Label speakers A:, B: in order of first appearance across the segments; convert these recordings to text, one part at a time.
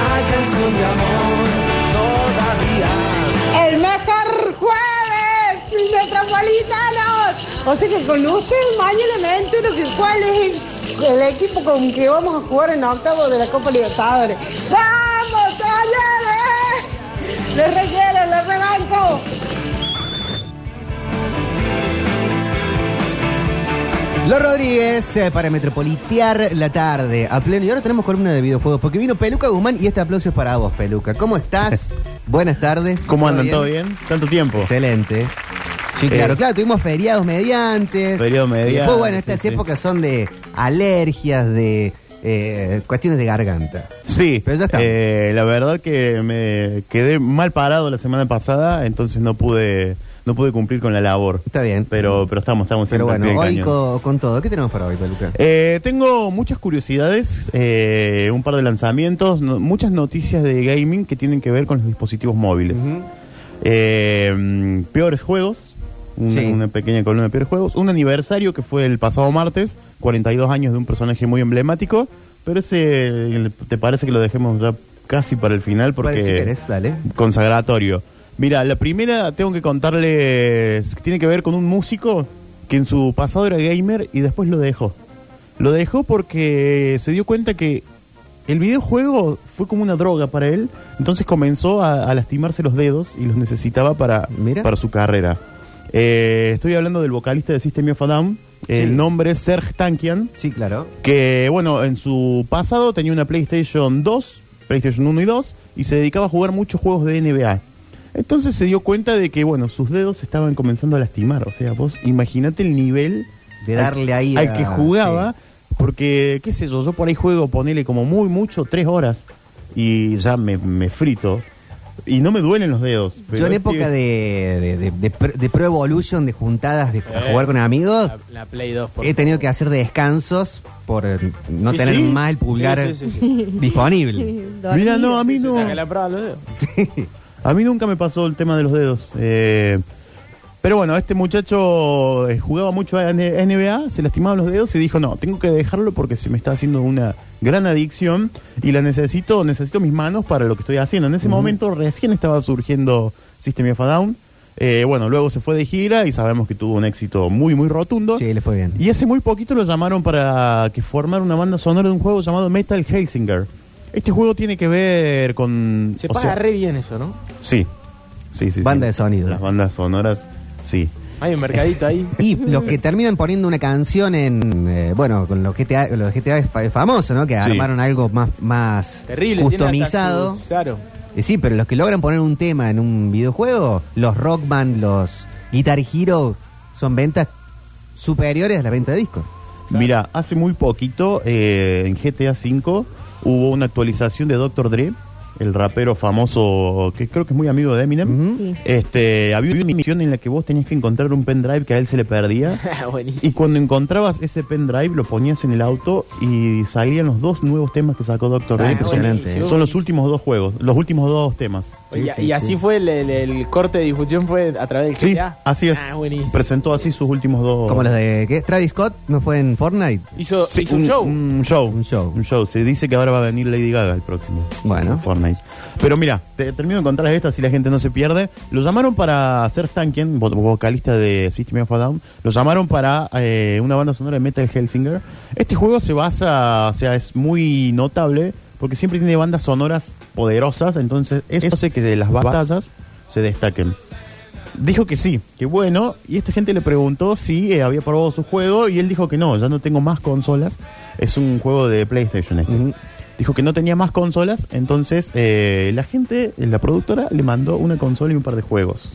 A: canción de amor todavía.
B: El mejor jueves, metropolitanos. O sea que conocen mayormente lo que cuál es el, el equipo con que vamos a jugar en octavo de la Copa Libertadores. ¡Vamos, Talleres! ¡Les requiero, les rebanco!
C: Los Rodríguez eh, para metropolitear la tarde a pleno. Y ahora tenemos columna de videojuegos porque vino Peluca Guzmán y este aplauso es para vos, Peluca. ¿Cómo estás? Buenas tardes.
D: ¿Cómo andan? ¿Todo bien? Tanto tiempo.
C: Excelente. Sí, claro, claro, tuvimos feriados mediantes.
D: Feriados mediantes,
C: Y Después, bueno, estas
D: sí, sí.
C: épocas son de alergias, de eh, cuestiones de garganta.
D: Sí,
C: Pero ya está.
D: eh, la verdad que me quedé mal parado la semana pasada, entonces no pude no pude cumplir con la labor.
C: Está bien.
D: Pero pero estamos estamos
C: Pero
D: siempre al pie
C: bueno,
D: del
C: hoy
D: cañón.
C: co- con todo. ¿Qué tenemos para hoy, Peluca?
D: Eh, tengo muchas curiosidades, eh, un par de lanzamientos, no- muchas noticias de gaming que tienen que ver con los dispositivos móviles.
C: Ujú.
D: Eh, mm, peores juegos, una,
C: Sí.
D: una pequeña columna de peores juegos. Un aniversario que fue el pasado martes, 42 años de un personaje muy emblemático, pero ese eh, te parece que lo dejemos ya casi para el final porque
C: Vale, si querés, dale.
D: consagratorio. Mira, la primera tengo que contarles que tiene que ver con un músico que en su pasado era gamer y después lo dejó. Lo dejó porque se dio cuenta que el videojuego fue como una droga para él, entonces comenzó a, a lastimarse los dedos y los necesitaba para,
C: Mira.
D: para su carrera. Eh, estoy hablando del vocalista de System of a Down,
C: Sí.
D: el nombre es Serge Tankian.
C: Sí, claro.
D: Que bueno, en su pasado tenía una PlayStation 2, PlayStation 1 y 2, y se dedicaba a jugar muchos juegos de NBA. Entonces se dio cuenta de que, bueno, sus dedos estaban comenzando a lastimar. O sea, vos imaginate el nivel
C: De darle
D: al,
C: ahí
D: al
C: a-
D: que jugaba, porque, qué sé yo, yo por ahí juego, ponele como muy mucho, tres horas, y ya me, me frito. Y no me duelen los dedos.
C: Yo en época de, de, de- de pr- de Pro Evolution, de juntadas, de a jugar con amigos,
E: La, la Play 2. por
C: he tenido que hacer descansos por eh, no
D: Sí,
C: tener
D: sí.
C: más el pulgar
E: Sí, sí, sí, sí.
C: disponible.
D: Mira, no, a mí
E: Se
D: no.
E: saca la prueba, lo veo.
D: A mí nunca me pasó el tema de los dedos. eh, pero bueno, este muchacho eh, jugaba mucho a N- NBA, se lastimaba los dedos y dijo, no, tengo que dejarlo porque se me está haciendo una gran adicción y la necesito, necesito mis manos para lo que estoy haciendo. En ese momento recién estaba surgiendo System of a Down. eh, bueno, luego se fue de gira y sabemos que tuvo un éxito muy, muy rotundo.
C: Sí, le fue bien.
D: Y hace muy poquito lo llamaron para que formara una banda sonora de un juego llamado Metal Hellsinger. Este juego tiene que ver con...
E: Se
D: o
E: paga
D: sea,
E: re bien eso, ¿no?
D: Sí. Sí, sí.
C: Banda
D: sí.
C: de sonido.
D: Las bandas sonoras, sí.
E: Hay un mercadito ahí.
C: Y los que terminan poniendo una canción en, eh, bueno, con los GTA, con los GTA es fa- es famoso, ¿no? Que
D: Sí.
C: armaron algo más, más
E: Terrible. tiene hasta
C: customizado.
E: sus- claro.
C: Eh, Sí, pero los que logran poner un tema en un videojuego, los Rockman, los Guitar Hero, son ventas superiores a la venta de discos.
D: Mira, hace muy poquito eh, en GTA V hubo una actualización de Dr. Dre, el rapero famoso que creo que es muy amigo de Eminem.
C: Ujú.
F: Sí.
D: Este, había una misión en la que vos tenías que encontrar un pendrive que a él se le perdía.
E: Ah, Buenísimo.
D: Y cuando encontrabas ese pendrive, lo ponías en el auto y salían los dos nuevos temas que sacó Dr.
C: Ah,
D: Dre. que son-
C: excelente.
D: Son, los últimos dos juegos, los últimos dos temas.
C: sí,
E: y, y
C: sí.
E: así fue el, el- el corte de difusión fue a través del
D: Sí,
E: GTA.
D: así es.
E: Ah, buenísimo.
D: Presentó así sus últimos dos.
C: Como los de ¿qué? Travis Scott, ¿no fue en Fortnite?
E: Hizo,
D: Sí,
E: hizo un, show.
D: Un show.
C: Un show.
D: Un show. Se dice que ahora va a venir Lady Gaga el próximo.
C: Bueno.
D: Fortnite. Pero mira, te, termino de contarles esta si la gente no se pierde. Lo llamaron para ser Tanken, vo- vocalista de System of a Down. Lo llamaron para eh, una banda sonora de Metal Hellsinger. Este juego se basa, o sea, es muy notable porque siempre tiene bandas sonoras poderosas. Entonces, eso hace que de las batallas se destaquen. Dijo que sí, que bueno, y esta gente le preguntó si eh, había probado su juego y él dijo que no, ya no tengo más consolas, es un juego de PlayStation este.
C: Ujú.
D: Dijo que no tenía más consolas, entonces eh, la gente, la productora, le mandó una consola y un par de juegos.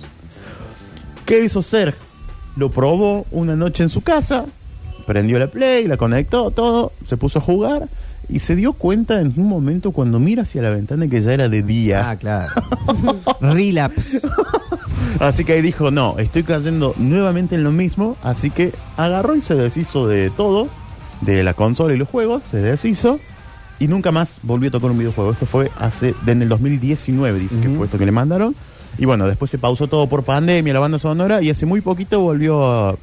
D: ¿Qué hizo Serge? Lo probó una noche en su casa, prendió la Play, la conectó, todo, se puso a jugar y se dio cuenta en un momento cuando mira hacia la ventana que ya era de día.
C: Ah, claro. Relapse.
D: Así que ahí dijo, no, estoy cayendo nuevamente en lo mismo, así que agarró y se deshizo de todo, de la consola y los juegos, se deshizo y nunca más volvió a tocar un videojuego. Esto fue hace en el 2019, dice que
C: Ujú.
D: fue esto que le mandaron. Y bueno, después se pausó todo por pandemia, la banda sonora, y hace muy poquito volvió a,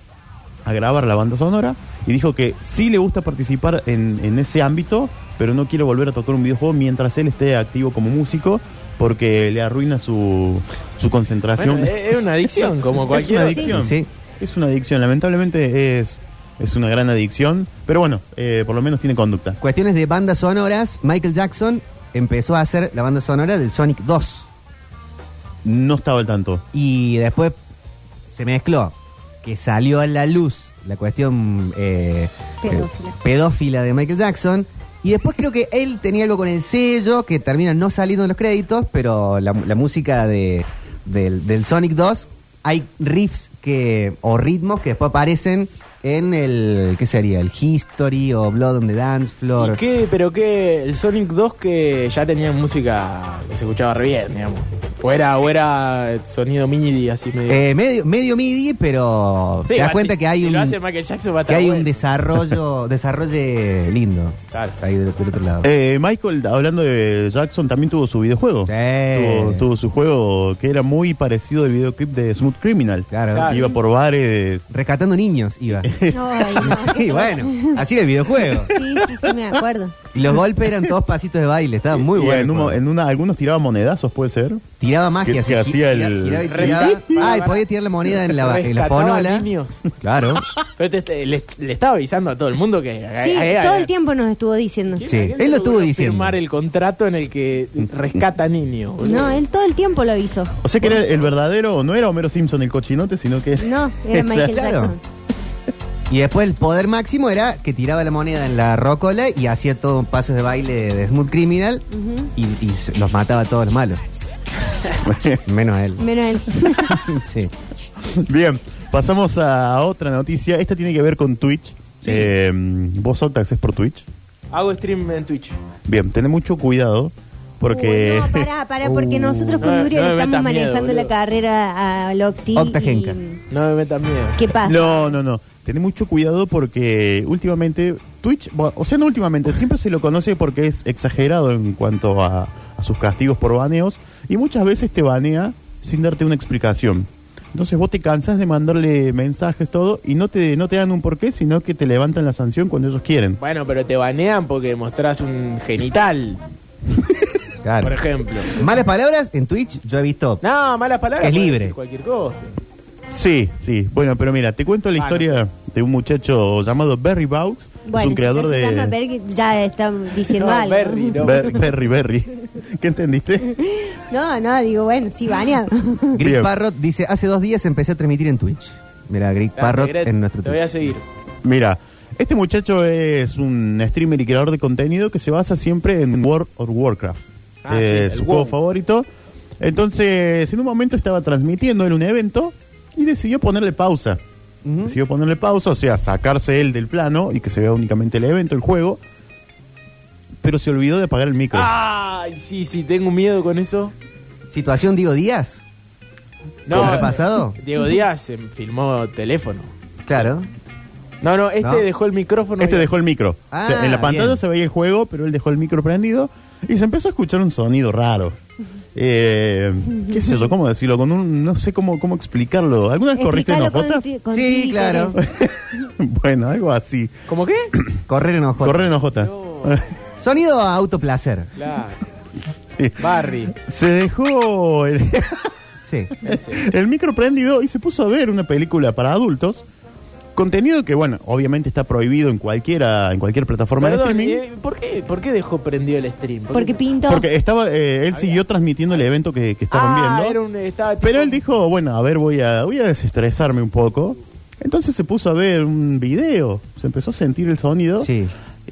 D: a grabar la banda sonora y dijo que sí le gusta participar en, en ese ámbito, pero no quiero volver a tocar un videojuego mientras él esté activo como músico porque le arruina su, su concentración.
E: Bueno, es es una adicción, como
D: Es una
E: cualquier
D: adicción.
C: Sí.
D: Es una adicción. Lamentablemente es, es una gran adicción. Pero bueno, eh, por lo menos tiene conducta.
C: Cuestiones de bandas sonoras, Michael Jackson empezó a hacer la banda sonora del Sonic 2
D: No estaba al tanto.
C: y después se mezcló, que salió a la luz la cuestión eh,
A: Pedófila.
C: eh, pedófila de Michael Jackson y después creo que él tenía algo con el sello que termina no saliendo en los créditos, pero la, la música de, del, del Sonic 2 hay riffs que o ritmos que después aparecen en el ¿qué sería? el History o Blood on the Dance Floor.
E: ¿Y qué? Pero que el Sonic 2 que ya tenía música que se escuchaba re bien, digamos. O era, o era sonido mini así medio.
C: Eh, medio, medio MIDI, pero
E: Sí,
C: te das
E: igual,
C: cuenta
E: si-
C: que hay
E: si
C: un
E: lo hace Michael Jackson va a
C: que
E: estar
C: hay un
E: bueno.
C: desarrollo desarrollo lindo
E: Claro.
C: ahí del, del otro lado.
D: Eh, Michael, hablando de Jackson, también tuvo su videojuego.
C: Sí.
D: Tuvo, tuvo su juego que era muy parecido al videoclip de Smooth Criminal.
C: Claro.
E: Claro.
D: Iba por bares.
C: Rescatando niños iba.
A: Ay, no.
C: sí, bueno, así era el videojuego.
A: Sí, sí, sí, me acuerdo.
C: Y los golpes eran todos pasitos de baile, estaba muy
D: Y
C: bueno.
D: En,
C: el
D: un mo-
C: juego.
D: en una, algunos tiraban monedazos, puede ser.
C: Tiraba magia,
D: que-
C: así,
D: que hacía
C: gira-
D: el-
C: giraba y tiraba. Ay, podía tirar la moneda en la, en la
E: Rescataba
C: fonola.
E: niños.
C: Claro.
E: Pero te- te- le, le estaba avisando a todo el mundo que.
A: Sí, todo el tiempo nos estuvo diciendo.
C: Sí, él lo estuvo diciendo.
E: Firmar el contrato en el que rescata niños. boludo.
A: No, él todo el tiempo lo avisó.
D: O sea que era el verdadero, no era Homero Simpson el cochinote, sino que.
A: No, era Michael
C: Claro.
A: Jackson.
C: Y después el poder máximo era que tiraba la moneda en la rocola y hacía todos pasos de baile de Smooth Criminal
A: Ujú.
C: y, y s- los mataba a todos los malos. Menos a él.
A: Menos él.
C: Sí.
D: Bien, pasamos a otra noticia. Esta tiene que ver con Twitch. Eh, ¿Vos, Octax, es por Twitch?
E: Hago stream en Twitch.
D: Bien, ten mucho cuidado porque...
A: Uy, no, pará, pará, porque
D: Uh.
A: nosotros
E: No,
A: con Durio
E: no me
A: le estamos
E: metas miedo,
A: manejando la
E: boludo.
A: carrera a Locti.
C: Octa
A: y-
C: Genka.
E: No me metan miedo.
A: ¿Qué pasa?
D: No, no, no. Tené mucho cuidado porque últimamente Twitch, bo- o sea, no últimamente, siempre se lo conoce porque es exagerado en cuanto a, a sus castigos por baneos y muchas veces te banea sin darte una explicación. Entonces vos te cansas de mandarle mensajes, todo, y no te, no te dan un porqué, sino que te levantan la sanción cuando ellos quieren.
E: Bueno, pero te banean porque mostrás un genital,
C: Claro.
E: por ejemplo.
C: Malas palabras en Twitch yo he visto.
E: No, malas palabras.
C: Es
E: puedes
C: libre.
E: decir Cualquier cosa.
D: Sí, sí. Bueno, pero mira, te cuento la
E: Ah, no
D: historia de un muchacho llamado Barry Baux, es
A: Bueno,
D: un creador
A: si ya
D: de...
A: se llama Berg, ya están diciendo
E: No,
A: algo.
E: Berry, no.
D: Ber- Berry, Berry. ¿Qué entendiste?
A: No, no, digo, bueno, sí, baneado.
C: Greg
D: Bien.
C: Parrot dice, hace dos días empecé a transmitir en Twitch. Mira, Greg
E: Dale,
C: Parrot
E: Gret,
C: en nuestro
E: Te voy a
C: Twitch.
E: seguir.
D: Mira, este muchacho es un streamer y creador de contenido que se basa siempre en World of Warcraft.
E: Ah,
D: Eh,
E: sí, el
D: su juego
E: WoW.
D: favorito. Entonces, en un momento estaba transmitiendo en un evento y decidió ponerle pausa. Decidió ponerle pausa, o sea, sacarse él del plano y que se vea únicamente el evento, el juego. Pero se olvidó de apagar el micro.
E: Ah, Ay, sí, sí, tengo miedo con eso.
C: Situación Diego Díaz. ¿Cómo ha pasado?
E: Diego Díaz se filmó teléfono.
C: Claro.
E: No, no, este
C: No.
E: dejó el micrófono.
D: Este dejó el micro. O sea,
C: Ah,
D: en la pantalla
C: bien.
D: se veía el juego, pero él dejó el micro prendido y se empezó a escuchar un sonido raro. Eh, ¿Qué sé yo? ¿Cómo decirlo? Con un, no sé cómo, cómo explicarlo. ¿Alguna vez corriste en
A: Explícalo con,
D: hojotas?
A: ti- con
C: Sí,
A: títeres.
C: claro.
D: bueno, algo así.
E: ¿Cómo qué?
C: Correr en ojos.
D: Correr en hojotas.
C: Sonido a autoplacer.
E: Claro.
D: Sí.
E: Barry.
D: Se dejó el,
C: Sí.
E: Ese.
D: el micro prendido y se puso a ver una película para adultos. Contenido que, bueno, obviamente está prohibido en cualquiera, en cualquier plataforma de
E: Perdón,
D: streaming.
E: eh, ¿por, qué, ¿por qué dejó prendido el stream? ¿Por
A: Porque
E: qué?
A: Pinto.
D: Porque estaba, eh, él siguió transmitiendo el evento que, que estaban
E: Ah,
D: viendo.
E: era un- estaba tipo-
D: Pero él dijo, bueno, a ver, voy a, voy a desestresarme un poco. Entonces se puso a ver un video, se empezó a sentir el sonido.
C: Sí.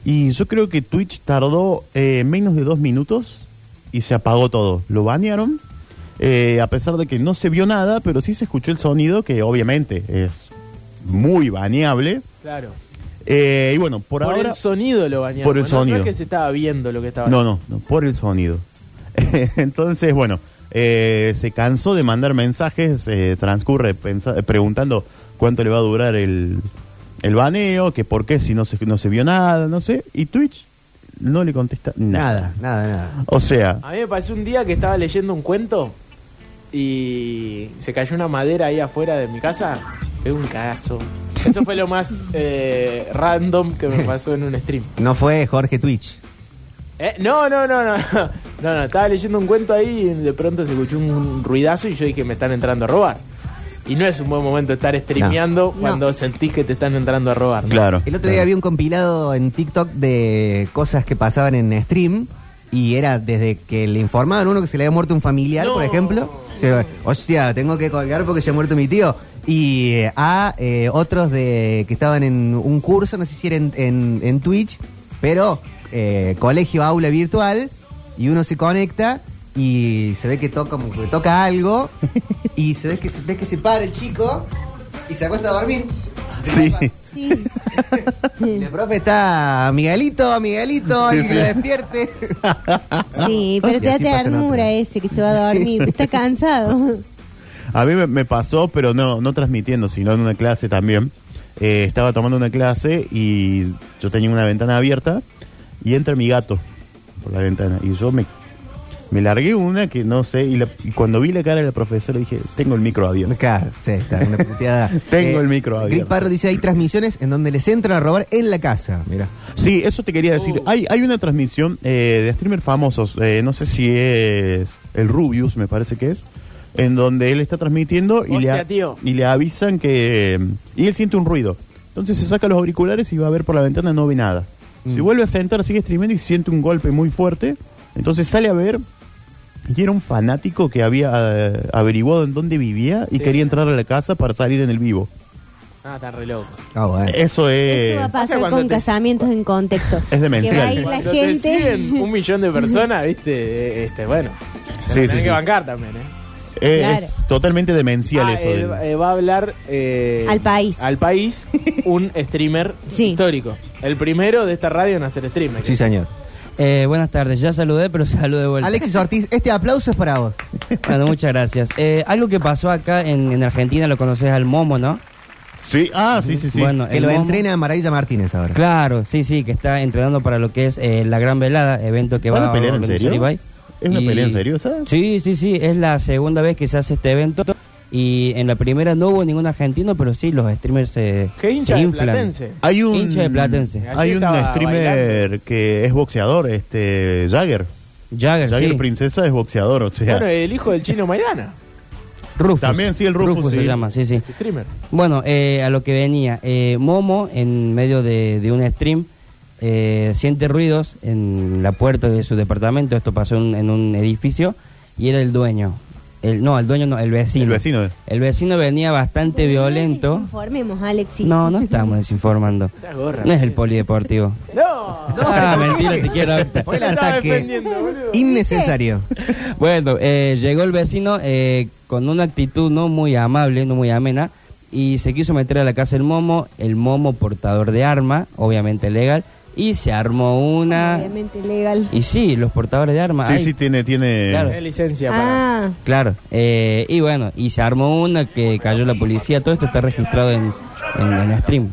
D: Y yo creo que Twitch tardó eh, menos de dos minutos y se apagó todo. Lo banearon, eh, a pesar de que no se vio nada, pero sí se escuchó el sonido, que obviamente es muy baneable.
E: Claro.
D: Eh, y bueno, por,
E: Por,
D: ahora...
E: el sonido lo bañaron.
D: Por el
E: No, No
D: sonido.
E: es que se estaba viendo lo que estaba
D: No, no, no, por el sonido. Entonces, bueno, eh, se cansó de mandar mensajes, eh, transcurre pensa- eh, preguntando cuánto le va a durar el, el baneo, que por qué si no se, no se vio nada, no sé, y Twitch no le contesta nada.
C: Nada, nada, nada.
D: O sea,
C: Ah,
E: A mí me pasó un día que estaba leyendo un cuento y se cayó una madera ahí afuera de mi casa. Es un cagazo. Eso fue lo más eh, random que me pasó en un stream.
C: No fue Jorge Twitch.
E: Eh, no, no, no, no. No, no, estaba leyendo un cuento ahí y de pronto se escuchó un ruidazo y yo dije, me están entrando a robar. Y no es un buen momento estar streameando
A: No.
E: cuando
A: No.
E: sentís que te están entrando a robar.
D: Claro.
C: El otro día había un compilado en TikTok de cosas que pasaban en stream y era desde que le informaban a uno que se le había muerto un familiar, por ejemplo. O sea, Hostia, tengo que colgar porque se ha muerto mi tío. Y eh, a eh, otros de que estaban en un curso, no sé si era en, en- en Twitch, pero eh, colegio, aula virtual, y uno se conecta y se ve que toca, como que toca algo y se ve que se, ve que se para el chico y se acuesta a dormir. Se
D: Sí.
C: tapa.
A: Sí.
C: Y El profe está Miguelito, Miguelito,
D: Sí,
C: y
D: sí.
C: que lo despierte.
E: Ah,
A: Sí, pero te
C: Y
A: da
C: así pasan
A: ternura
C: otras.
A: ese que se va a dormir. Está cansado.
D: A mí me, me pasó, pero no, no transmitiendo, sino en una clase también. Eh, estaba tomando una clase y yo tenía una ventana abierta y entra mi gato por la ventana. Y yo me, me largué una que no sé, y, la- y cuando vi la cara de la profesora dije, tengo el micro abierto.
C: Claro, sí, está una puteada.
D: Tengo el micro abierto.
C: Rick Parro dice, hay transmisiones en donde les entran a robar en la casa. Mira.
D: Sí, eso te quería
E: Oh.
D: decir. Hay, hay una transmisión eh, de streamers famosos, eh, no sé si es el Rubius, me parece que es, en donde él está transmitiendo y, le,
E: Hostia,
D: a-
E: tío.
D: y le avisan que... Y él siente un ruido. Entonces
E: Mm.
D: se saca los auriculares y va a ver por la ventana, no ve nada. Se vuelve a sentar, sigue streameando y siente un golpe muy fuerte. Entonces sale a ver y era un fanático que había eh, averiguado en dónde vivía y
E: Sí.
D: quería entrar a la casa para salir en el vivo.
E: Ah, está re loco.
C: Ah, bueno.
D: Eso es...
A: Eso va a pasar
E: cuando
A: con
E: te-
A: casamientos en contexto.
D: Es demencial.
A: Que va a ir la
E: Cuando te
A: gente.
E: siguen un millón de personas, viste, eh, este, bueno.
D: Sí,
E: Sí,
D: sí, sí.
E: que bancar también, ¿eh?
D: Eh,
A: Claro.
D: Es totalmente demencial
E: Ah,
D: eso.
E: eh,
D: del-
E: eh, va a hablar eh,
A: Al país.
E: al país un streamer
A: Sí.
E: histórico. El primero de esta radio en hacer streamer.
C: Sí, señor.
F: Eh, buenas tardes, ya saludé, pero saludo de vuelta.
C: Alexis Ortiz, este aplauso es para vos.
F: Bueno, muchas gracias. Eh, algo que pasó acá en, en Argentina, lo conoces al Momo, ¿no?
D: Sí, ah, sí, sí, sí.
F: Bueno,
C: Que
F: el
C: lo
F: Momo-
C: entrena Maravilla Martínez ahora.
F: Claro, sí, sí, que está entrenando para lo que es eh, la Gran Velada, evento que
D: ¿Van
F: va
D: a pelear en
F: organizar
D: serio?
F: Ibai.
D: ¿Es una pelea en serio, esa?
F: Sí, sí, sí, es la segunda vez que se hace este evento. Y en la primera no hubo ningún argentino, pero sí, los streamers se,
E: ¿Qué hincha
F: se
E: de
F: inflan.
E: Platense?
D: Hay un
F: Hincha de Platense.
E: Ayer
D: Hay un
E: estaba
D: streamer
E: bailando.
D: que es boxeador, este Jagger.
F: Jagger,
D: Jagger
F: sí.
D: Princesa es boxeador, o sea.
E: Bueno, el hijo del chino Maidana,
F: Rufus.
D: También sí, el Rufus,
F: se
D: sí.
F: llama, sí, sí.
E: es streamer.
F: Bueno, eh, a lo que venía, eh, Momo en medio de, de un stream eh, siente ruidos en la puerta de su departamento, esto pasó en, en un edificio, y era el dueño. El, no, el dueño no, el vecino.
D: El vecino.
F: El vecino venía bastante violento.
A: Informemos, Alexis.
F: No, no estamos desinformando.
E: La gorra.
F: No es el polideportivo.
E: No,
F: Ah, mentira, te quiero. Octa.
C: Fue el
E: Te estaba
C: ataque
E: defendiendo, boludo.
C: innecesario.
F: Bueno, eh, llegó el vecino eh, con una actitud no muy amable, no muy amena, y se quiso meter a la casa el momo, el momo portador de arma, obviamente legal, y se armó una...
A: Obviamente legal.
F: Y sí, los portadores de arma...
D: Sí,
F: ay,
D: sí, tiene. tiene
F: Claro.
E: Es licencia para...
A: Ah,
F: Claro, eh, y bueno, y se armó una que cayó la policía, todo esto está registrado en, en, en stream.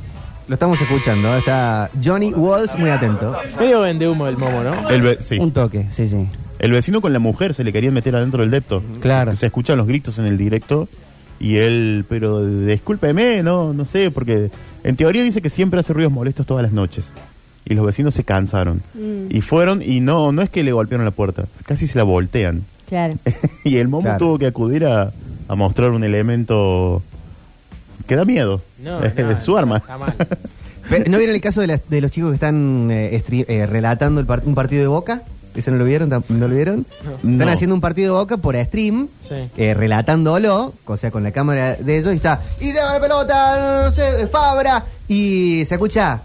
C: Lo estamos escuchando. Está Johnny Walls muy atento.
E: Medio vende humo el momo, ¿no?
D: El, ve- sí.
F: Un toque, sí, sí.
D: el vecino con la mujer se le querían meter adentro del depto.
F: Claro.
D: Se escuchan los gritos en el directo y él, pero discúlpeme, no, no sé, porque en teoría dice que siempre hace ruidos molestos todas las noches. Y los vecinos se cansaron. Y fueron y no, no es que le golpearon la puerta, casi se la voltean.
A: claro.
D: y el momo
C: Claro.
D: tuvo que acudir a, a mostrar un elemento que da miedo.
E: No,
D: Es
E: no,
D: su arma.
E: está mal.
C: Pero, ¿No vieron el caso de, las- de los chicos que están eh, estri- eh, relatando el par- un partido de Boca? ¿Eso no lo vieron? ¿Tam- ¿No lo vieron?
D: No.
C: Están
D: No.
C: haciendo un partido de Boca por stream,
E: Sí.
C: eh, relatándolo, o sea, con la cámara de ellos, y está, y lleva la pelota, no sé, Fabra, y se escucha...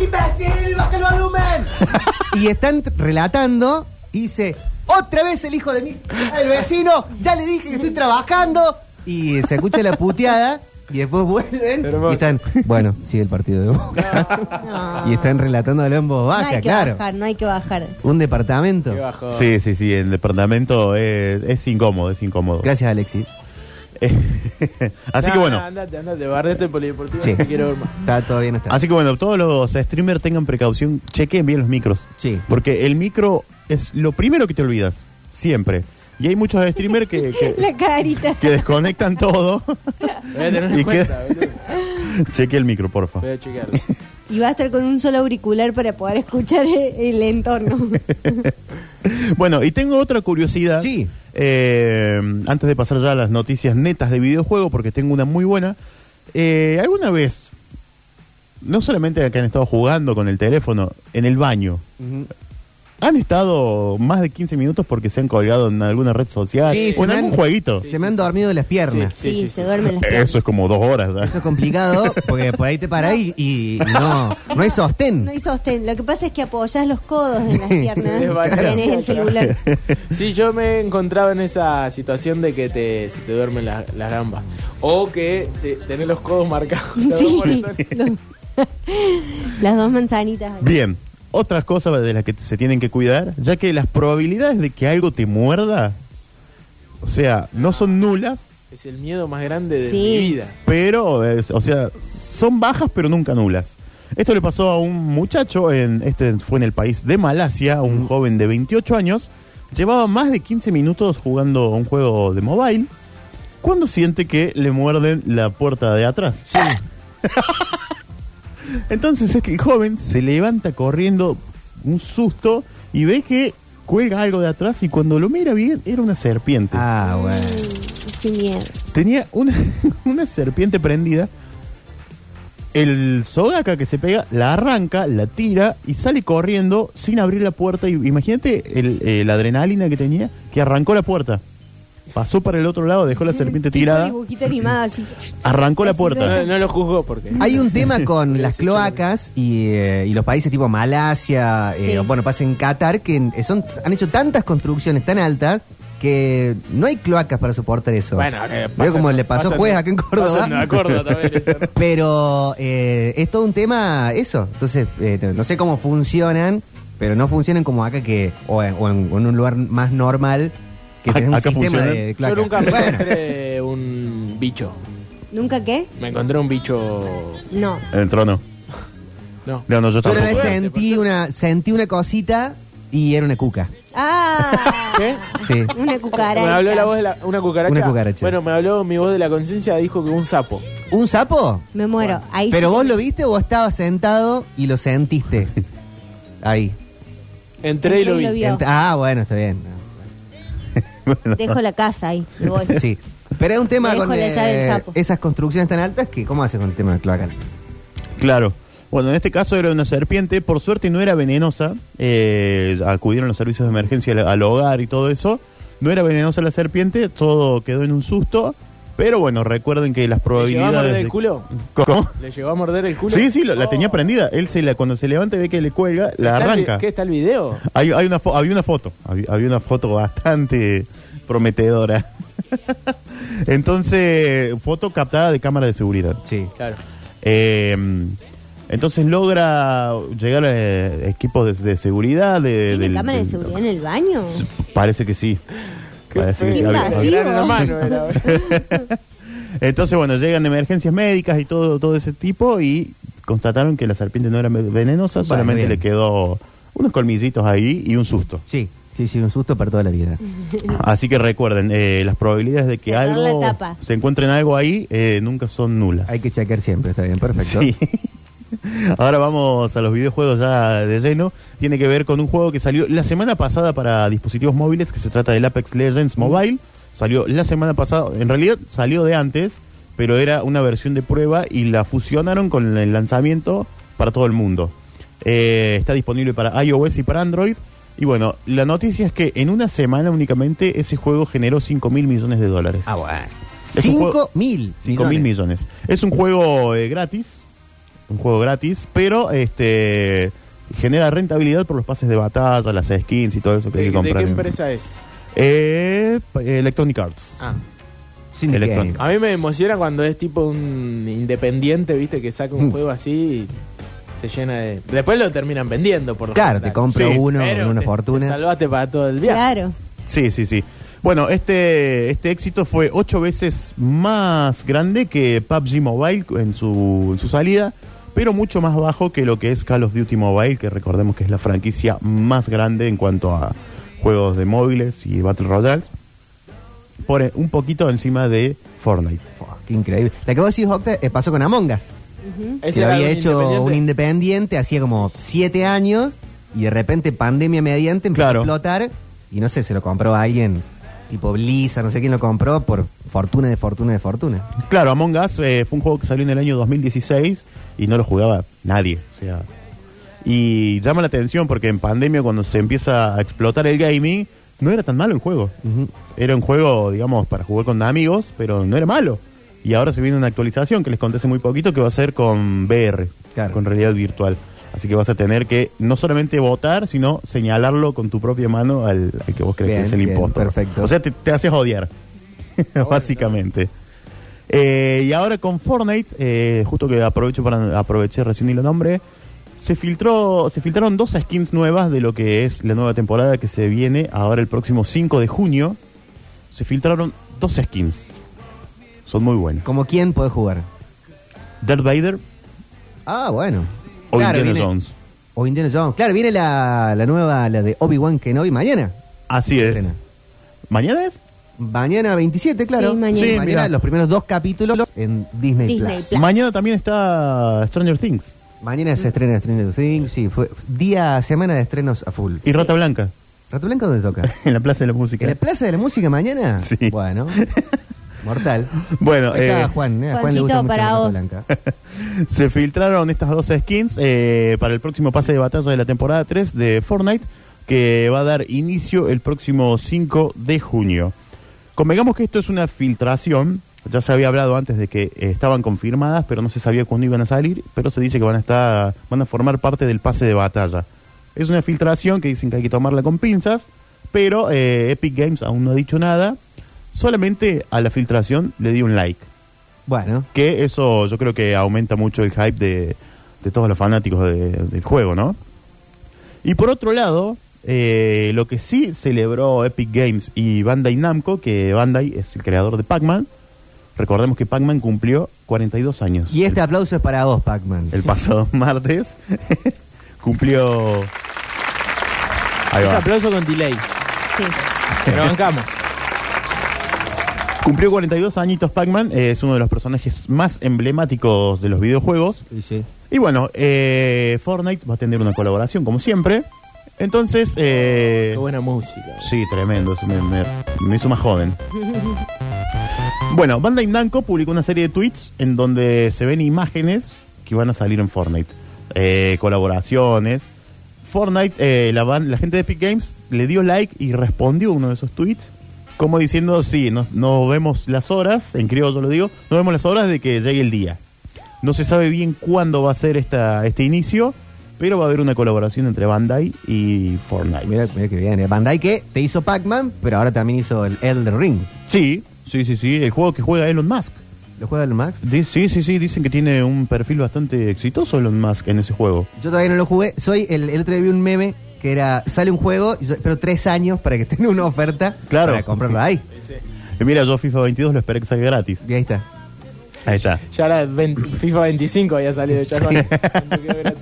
C: ¡Y Brasil, baja el volumen! y están t- relatando, y dice, otra vez el hijo de mí, el vecino, ya le dije que estoy trabajando, y se escucha la puteada, y después vuelven,
E: Hermoso.
C: y están, bueno, sigue el partido de Boca.
A: No.
C: Y están relatándolo en voz
A: Ah. no
C: baja,
A: hay que
C: claro.
A: bajar, no hay que bajar.
C: Un departamento.
E: Qué bajo.
D: Sí, sí, sí, el departamento es, es incómodo, es incómodo.
C: Gracias, Alexis.
D: así
E: Nah,
D: que bueno,
E: Andate, andate, barrete el polideportivo,
C: Sí.
E: no te quiero ver más.
C: Está todo bien hasta
D: así que bueno, todos los streamers tengan precaución, chequen bien los micros.
C: Sí.
D: Porque el micro es lo primero que te olvidas, siempre. Y hay muchos streamers que, que-
A: La carita.
D: que desconectan todo.
E: Voy a tener en
D: ¿Y qué?
E: cuenta, boludo.
D: Cheque el micro, porfa.
E: Voy a chequearlo.
A: Y va a estar con un solo auricular para poder escuchar e- el entorno.
D: bueno, y tengo otra curiosidad.
C: Sí.
D: Eh, antes de pasar ya a las noticias netas de videojuego, porque tengo una muy buena. Eh, ¿Alguna vez, no solamente que han estado jugando con el teléfono, en el baño, han estado más de 15 minutos porque se han colgado en alguna red social
C: Sí, se
D: o en
C: me
D: algún
C: han-
D: jueguito?
C: Se me han dormido las piernas.
A: Sí,
E: Sí, sí, sí.
A: se duermen las piernas.
D: Eso es como dos horas. ¿verdad?
C: Eso es complicado porque por ahí te parás y, y no, no hay sostén.
A: No hay sostén. Lo que pasa es que apoyas los codos en las piernas.
E: Sí,
A: y tenés el celular.
E: Sí, yo me he encontrado en esa situación de que te, se te duermen las las gambas. O que te, tenés los codos marcados. por
A: Sí.
E: el-
A: Las dos manzanitas.
D: Bien, otras cosas de las que se tienen que cuidar, ya que las probabilidades de que algo te muerda, o sea, no son nulas,
E: Es el miedo más grande de
A: Sí.
E: mi vida.
D: pero, es- o sea, son bajas, pero nunca nulas. Esto le pasó a un muchacho, en, este fue en el país de Malasia, un joven de 28 años, llevaba más de 15 minutos jugando un juego de mobile, cuando siente que le muerden la puerta de atrás. Entonces es que el joven se levanta corriendo un susto y ve que cuelga algo de atrás y cuando lo mira bien era una serpiente.
C: Ah, bueno.
A: Qué miedo.
D: Tenía una, una serpiente prendida. El sogaca que se pega la arranca, la tira y sale corriendo sin abrir la puerta. Y, imagínate el- eh, la adrenalina que tenía que arrancó la puerta. Pasó para el otro lado, dejó la serpiente
A: Tipo
D: tirada,
A: dibujito animado así.
D: arrancó la
A: Así
D: puerta.
E: No, no lo juzgo porque.
C: Hay un tema con las cloacas y, eh, y los países tipo Malasia, eh,
A: Sí.
C: bueno, pasa en Qatar, que en- son, han hecho tantas construcciones tan altas que no hay cloacas para soportar eso.
E: Bueno, eh,
C: Veo
E: pasa-
C: como le pasó
E: pasa-
C: juez acá en Córdoba.
E: pasa en Córdoba también, eso, ¿no?
C: Pero eh, es todo un tema eso. Entonces, eh, no- no sé cómo funcionan, pero no funcionan como acá que, o en, o en- o en un lugar más normal que
D: Acá
C: tenés un sistema
D: funcionan.
C: de, de
E: Yo
C: cloacas.
E: nunca me
C: Bueno,
E: encontré un bicho.
A: ¿Nunca qué?
E: Me encontré un bicho.
A: No.
D: El trono.
E: No.
D: No, no, yo
C: yo una vez
D: tampoco.
C: sentí una, sentí una cosita y era una cuca.
A: Ah.
E: ¿Qué?
C: Sí.
A: Una cucaracha.
E: Me habló la voz de la, una cucaracha.
C: Una cucaracha.
E: Bueno, me habló mi voz de la conciencia, dijo que un sapo.
C: ¿Un sapo?
A: Me muero. Ahí
C: ¿Pero
A: sí.
C: vos lo viste o estabas sentado y lo sentiste? Ahí.
E: Entré y lo vi.
A: Vio.
C: Ent- ah, bueno, está bien.
D: Bueno.
A: Dejo la casa ahí. Me voy.
C: Sí. Pero es un tema
A: Le dejo
C: con eh,
A: la llave del sapo.
C: esas construcciones tan altas que ¿cómo haces con el tema del cloacal?
D: Claro. Bueno, en este caso era una serpiente, por suerte no era venenosa. Eh, acudieron los servicios de emergencia al, al hogar y todo eso. No era venenosa la serpiente, todo quedó en un susto. Pero bueno, recuerden que las
E: ¿Le llegó a
D: probabilidades.
E: morder
D: de-
E: el culo?
D: ¿Cómo?
E: ¿Le llegó a morder el culo?
D: Sí, sí, lo- la
E: Oh.
D: tenía prendida. Él se la, cuando se levanta y ve que le cuelga, la
E: ¿Está el vi-
D: arranca.
E: ¿Qué está el video?
D: Hay, hay una fo- había una foto, había, había una foto bastante prometedora. Entonces, foto captada de cámara de seguridad.
C: Sí.
E: Claro.
D: Eh, entonces logra llegar eh, equipos de, de seguridad. De,
A: ¿Tiene
D: del-
A: cámara de
D: del-
A: seguridad en el baño?
D: Parece que sí. Parece
A: feo.
D: que había-
A: Invasivo.
D: había-
E: Gran hermano era.
D: entonces, bueno, llegan emergencias médicas y todo, todo ese tipo y constataron que la serpiente no era ve- venenosa,
C: Bueno,
D: solamente
C: bien.
D: le quedó unos colmillitos ahí y un susto.
C: Sí, sí, sí, un susto para toda la vida.
D: Así que recuerden, eh, las probabilidades de que
A: Cerrar la
D: algo
A: tapa.
D: se encuentren algo ahí eh, nunca son nulas.
C: Hay que chequear siempre, está bien, perfecto.
D: Sí. Ahora vamos a los videojuegos ya de lleno. Tiene que ver con un juego que salió la semana pasada para dispositivos móviles, que se trata del Apex Legends Mobile. Salió la semana pasada, en realidad salió de antes, pero era una versión de prueba y la fusionaron con el lanzamiento para todo el mundo. Eh, está disponible para iOS y para Android. Y bueno, la noticia es que en una semana únicamente ese juego generó 5 mil millones de dólares.
C: Ah, bueno.
D: Es un
C: Cinco
D: juego-
C: mil.
D: 5 mil millones. Es un juego eh, gratis, un juego gratis, pero este genera rentabilidad por los pases de batalla, las skins y todo eso que hay
E: ¿De,
D: que
E: de qué
D: comprar. en-
E: empresa es?
D: Eh, pa- eh, Electronic Arts.
E: Ah.
C: Sin
D: Electrónico.
E: A mí me emociona cuando es tipo un independiente, viste, que saca un
C: Mm.
E: juego así y se llena de. Después lo terminan vendiendo, por lo
C: Claro, te
E: general.
C: compro
D: Sí,
C: uno
E: Pero
C: con una
E: te-
C: fortuna.
E: te salvaste para todo el viaje.
A: Claro.
D: Sí, sí, sí. Bueno, este, este éxito fue ocho veces más grande que PUBG Mobile en su, en su salida, pero mucho más bajo que lo que es Call of Duty Mobile, que recordemos que es la franquicia más grande en cuanto a juegos de móviles y Battle Royale, por eh, un poquito encima de Fortnite.
C: Fua, qué increíble. La que vos decís, Octa, eh, pasó con Among Us.
E: Ese
C: que lo
E: era
C: había
E: un
C: hecho
E: independiente.
C: un independiente hacía como siete años y de repente pandemia mediante empezó
D: Claro.
C: a explotar y no sé, se lo compró a alguien tipo Blizzard, no sé quién lo compró por fortuna de fortuna de fortuna.
D: Claro, Among Us eh, fue un juego que salió en el año 2016 y no lo jugaba nadie. o sea. y llama la atención porque en pandemia cuando se empieza a explotar el gaming, no era tan malo el juego. Era un juego, digamos, para jugar con amigos, pero no era malo. Y ahora se viene una actualización que les conté hace muy poquito que va a ser con VR,
C: Claro.
D: con realidad virtual. Así que vas a tener que no solamente votar, sino señalarlo con tu propia mano al, al que vos crees
C: Bien,
D: que es el
C: bien,
D: impostor.
C: perfecto.
D: O sea, te, te haces odiar, básicamente. Eh, y ahora con Fortnite, eh, justo que aprovecho para aproveché recién y lo nombre, se filtró, se filtraron dos skins nuevas de lo que es la nueva temporada que se viene ahora el próximo 5 de junio. Se filtraron dos skins. Son muy buenas.
C: ¿Como quién puede jugar?
D: Darth Vader
C: Ah, bueno.
D: o
C: Claro,
D: Indiana
C: viene-
D: Jones.
C: O Indiana Jones. Claro, viene la, la nueva, la de Obi-Wan Kenobi mañana.
D: Así es.
C: Estrena.
D: ¿Mañana es?
C: Mañana 27, claro.
A: Sí, mañana.
D: Sí, mira.
C: los primeros dos capítulos en Disney,
A: Disney
C: Plus.
A: Plus.
D: Mañana también está Stranger Things
C: Mañana se estrena Stranger Things, sí, fue día, semana de estrenos a full.
D: y Rata Blanca
C: ¿Rato Blanco dónde toca?
D: en la Plaza de la Música.
C: Ah. ¿En la Plaza de la Música mañana?
D: Sí.
C: Bueno, mortal.
D: Bueno,
C: Ahí está
D: eh,
C: Juan, eh, a Juan le
A: Juancito,
C: gusta mucho
A: para
C: la Rata
A: vos.
C: Blanca.
D: Se filtraron estas dos skins eh, para el próximo pase de batalla de la temporada 3 de Fortnite, que va a dar inicio el próximo 5 de junio. Convengamos que esto es una filtración, ya se había hablado antes de que eh, estaban confirmadas, pero no se sabía cuándo iban a salir, pero se dice que van a, estar, van a formar parte del pase de batalla. Es una filtración que dicen que hay que tomarla con pinzas, pero eh, Epic Games aún no ha dicho nada, solamente a la filtración le di un like
C: Bueno,
D: que eso yo creo que aumenta mucho el hype de, de todos los fanáticos de- del juego, ¿no? Y por otro lado, eh, lo que sí celebró Epic Games y Bandai Namco, que Bandai es el creador de Pac-Man, recordemos que Pac-Man cumplió 42 años.
C: y este
D: el,
C: aplauso es para vos, Pac-Man.
D: el pasado martes cumplió... Ahí
E: Ese
D: va.
E: aplauso con delay.
A: Sí.
E: Pero bancamos.
D: Cumplió 42 añitos Pac-Man, eh, es uno de los personajes más emblemáticos de los videojuegos. Y bueno, eh, Fortnite va a tener una colaboración como siempre. Entonces, eh,
E: Qué buena música.
D: sí, tremendo, eso me, me- me hizo más joven. Bueno, Bandai Namco publicó una serie de tweets en donde se ven imágenes que van a salir en Fortnite. Eh, colaboraciones. Fortnite, eh, la, ban- la gente de Epic Games le dio like y respondió uno de esos tweets como diciendo, sí, nos, nos vemos las horas, en criollo lo digo, nos vemos las horas de que llegue el día. No se sabe bien cuándo va a ser esta, este inicio, pero va a haber una colaboración entre Bandai y Fortnite.
C: Mira, mira que bien, eh. Bandai que te hizo Pac-Man, pero ahora también hizo el Elden Ring.
D: Sí, sí, sí, sí, el juego que juega Elon Musk.
C: ¿Lo juega el Max?
D: Di- Sí, sí, sí, dicen que tiene un perfil bastante exitoso Elon Musk en ese juego.
C: Yo todavía no lo jugué, soy el, el otro día vi un meme que era, sale un juego, y yo espero tres años para que tenga una oferta
D: Claro.
C: para comprarlo ahí.
D: Eh, Mira, yo FIFA 22 lo esperé que salga gratis.
C: Y ahí está.
D: Ahí está.
E: Ya era 20 FIFA 25 había salido ya con- cuando quedó gratis.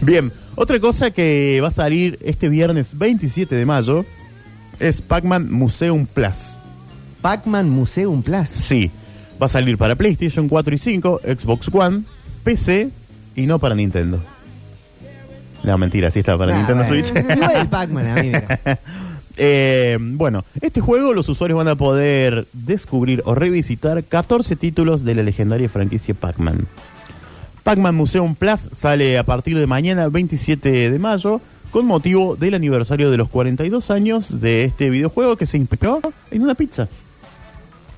D: Bien, otra cosa que va a salir este viernes 27 de mayo es Pac-Man Museum Plus.
C: Pac-Man Museum Plus.
D: Sí, va a salir para PlayStation 4 y 5, Xbox One, PC y no para Nintendo. No, mentira, sí está para
C: Nah,
D: Nintendo
C: bueno.
D: Switch.
C: Igual el Pac-Man a mí, mira.
D: Eh, bueno, este juego los usuarios van a poder descubrir o revisitar 14 títulos de la legendaria franquicia Pac-Man. Pac-Man Museum Plus sale a partir de mañana 27 de mayo con motivo del aniversario de los 42 años de este videojuego que se inspiró en una pizza.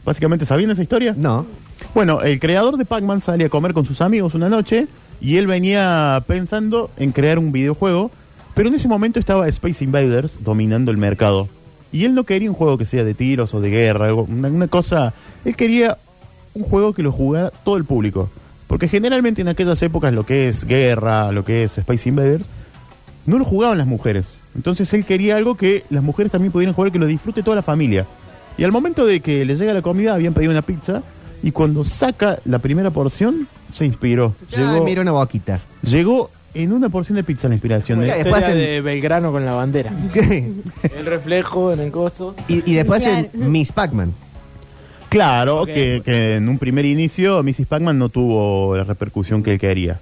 D: Básicamente, ¿sabían esa historia?
C: No.
D: Bueno, el creador de Pac-Man sale a comer con sus amigos una noche y él venía pensando en crear un videojuego, pero en ese momento estaba Space Invaders dominando el mercado. Y él no quería un juego que sea de tiros o de guerra, algo- una, una cosa. Él quería un juego que lo jugara todo el público. Porque generalmente en aquellas épocas lo que es guerra, lo que es Space Invaders, no lo jugaban las mujeres. Entonces él quería algo que las mujeres también pudieran jugar, que lo disfrute toda la familia. Y al momento de que le llega la comida, habían pedido una pizza. Y cuando saca la primera porción, se inspiró.
C: Ay,
D: Llegó,
C: mira una boquita.
D: llegó en una porción de pizza la inspiración.
E: La
D: ¿eh?
C: Mira, después
E: historia
C: en-
E: de Belgrano con la bandera.
C: y,
E: El reflejo en el coso.
C: y después el Miss Pac-Man.
D: Claro,
E: Ok.
D: que, que en un primer inicio Mrs. Pac-Man no tuvo la repercusión que él quería.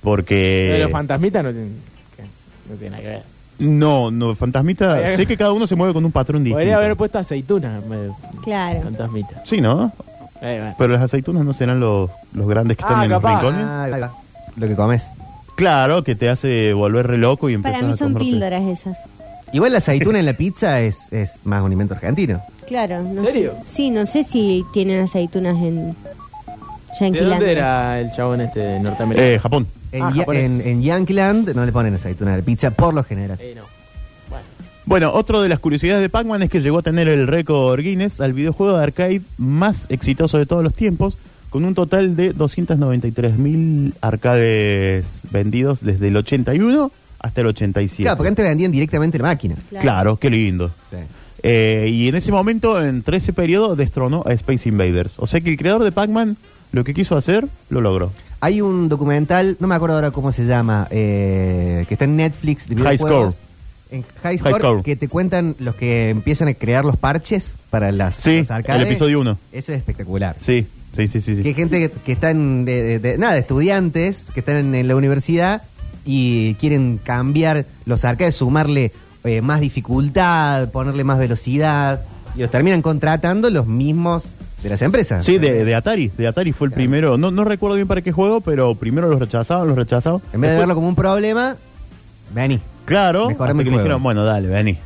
D: Porque...
E: Lo de los fantasmitas no tiene, que- no tiene nada que ver.
D: No, no, fantasmita.
E: Podría-
D: sé que cada uno se mueve con un patrón distinto.
E: Podría haber puesto aceituna en vez de
A: Claro.
E: fantasmita.
D: Sí, ¿no?
E: Eh, bueno.
D: Pero las aceitunas no serán los, los grandes que
E: Ah,
D: están en
E: capaz.
D: los rincones.
C: Ah, ahí va. lo que comes.
D: Claro, que te hace volver re loco y empezar
A: Para mí
D: a
A: son
D: comerte.
A: píldoras esas.
C: Igual la aceituna en la pizza es, es más un invento argentino.
A: Claro. No
E: ¿Serio?
A: Sé, sí, no sé si tienen aceitunas en
E: ¿De
A: Yanquilandia.
E: dónde era el chabón este de
D: Eh,
E: norteamericano?
D: Japón.
C: En,
E: Ah,
C: Ya-
E: japonés.
C: en, en Yankeeland no le ponen aceituna a la pizza por lo general.
E: Eh, no. Bueno.
D: Bueno, otro de las curiosidades de Pac-Man es que llegó a tener el récord Guinness al videojuego de arcade más exitoso de todos los tiempos, con un total de 293.000 arcades vendidos desde el 81 hasta el 87.
C: Claro, porque antes vendían directamente la máquina.
A: Claro.
D: Claro, qué lindo.
C: Sí.
D: Eh, y en ese momento, entre ese periodo, destronó a Space Invaders. O sea que el creador de Pac-Man lo que quiso hacer, lo logró.
C: Hay un documental, no me acuerdo ahora cómo se llama, eh, que está en Netflix. De
D: High
C: videojuegos.
D: Score.
C: En High Score,
D: Score.
C: que te cuentan los que empiezan a crear los parches para las
D: Sí,
C: los arcades.
D: el episodio uno.
C: Eso es espectacular.
D: Sí, sí, sí, sí. sí.
C: Que hay gente que, que están, de, de- de- nada, estudiantes que están en, en la universidad y quieren cambiar los arcades, sumarle eh, más dificultad, ponerle más velocidad, y los terminan contratando los mismos de las empresas.
D: Sí, de, de Atari. De Atari fue el
C: Claro.
D: primero. No, no recuerdo bien para qué juego, pero primero los rechazaban, los rechazaban.
C: En vez de verlo como un problema, vení.
D: Claro,
C: Mejorame
D: hasta
C: el
D: que le
C: juego.
D: dijeron, bueno, dale, vení.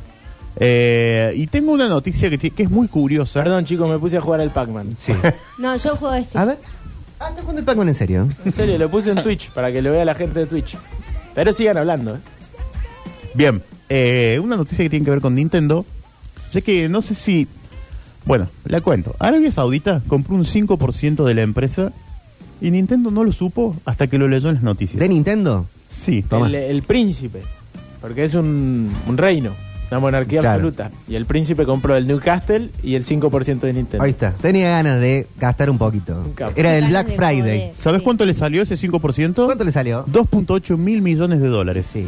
D: Eh, y tengo una noticia que, ti- que es muy curiosa.
E: Perdón, chicos, me puse a jugar al Pac-Man.
C: Sí.
A: No, yo juego este.
C: A ver. Ah, ¿estás jugando el Pac-Man en serio?
E: En serio, lo puse en Twitch para que lo vea la gente de Twitch. Pero sigan hablando, ¿eh?
D: Bien, eh, una noticia que tiene que ver con Nintendo. Sé que no sé si. Bueno, la cuento. Arabia Saudita compró un 5% de la empresa y Nintendo no lo supo hasta que lo leyó en las noticias.
C: ¿De Nintendo?
D: Sí,
C: Toma.
E: El, el príncipe. Porque es un, un reino, una monarquía
C: Claro.
E: absoluta. Y el príncipe compró el Newcastle y el 5% de Nintendo.
C: Ahí está. Tenía ganas de gastar un poquito.
E: Un capo.
C: Era el
A: Ganas
C: Black
A: de
C: Friday.
A: joder.
D: ¿Sabes
A: Sí.
D: cuánto le salió ese 5%?
C: ¿Cuánto le salió?
D: 2.8 mil millones de dólares.
C: Sí.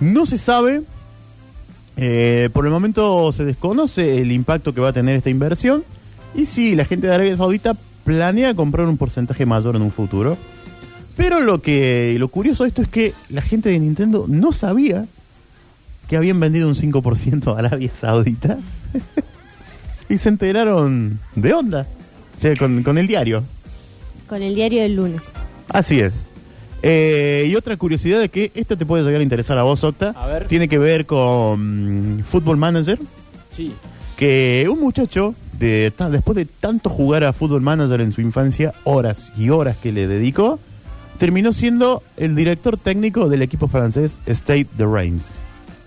D: No se sabe, eh, por el momento se desconoce el impacto que va a tener esta inversión y si la gente de Arabia Saudita planea comprar un porcentaje mayor en un futuro. Pero lo que lo curioso de esto es que la gente de Nintendo no sabía que habían vendido un 5% a Arabia Saudita y se enteraron de onda, o sea, con- con el diario.
A: Con el diario del lunes.
D: Así es. Eh, y otra curiosidad de que esta te puede llegar a interesar a vos, Octa.
E: A ver.
D: Tiene que ver con mm, Football Manager.
E: Sí.
D: Que un muchacho, de ta- después de tanto jugar a Football Manager en su infancia, horas y horas que le dedicó, terminó siendo el director técnico del equipo francés State de Reims.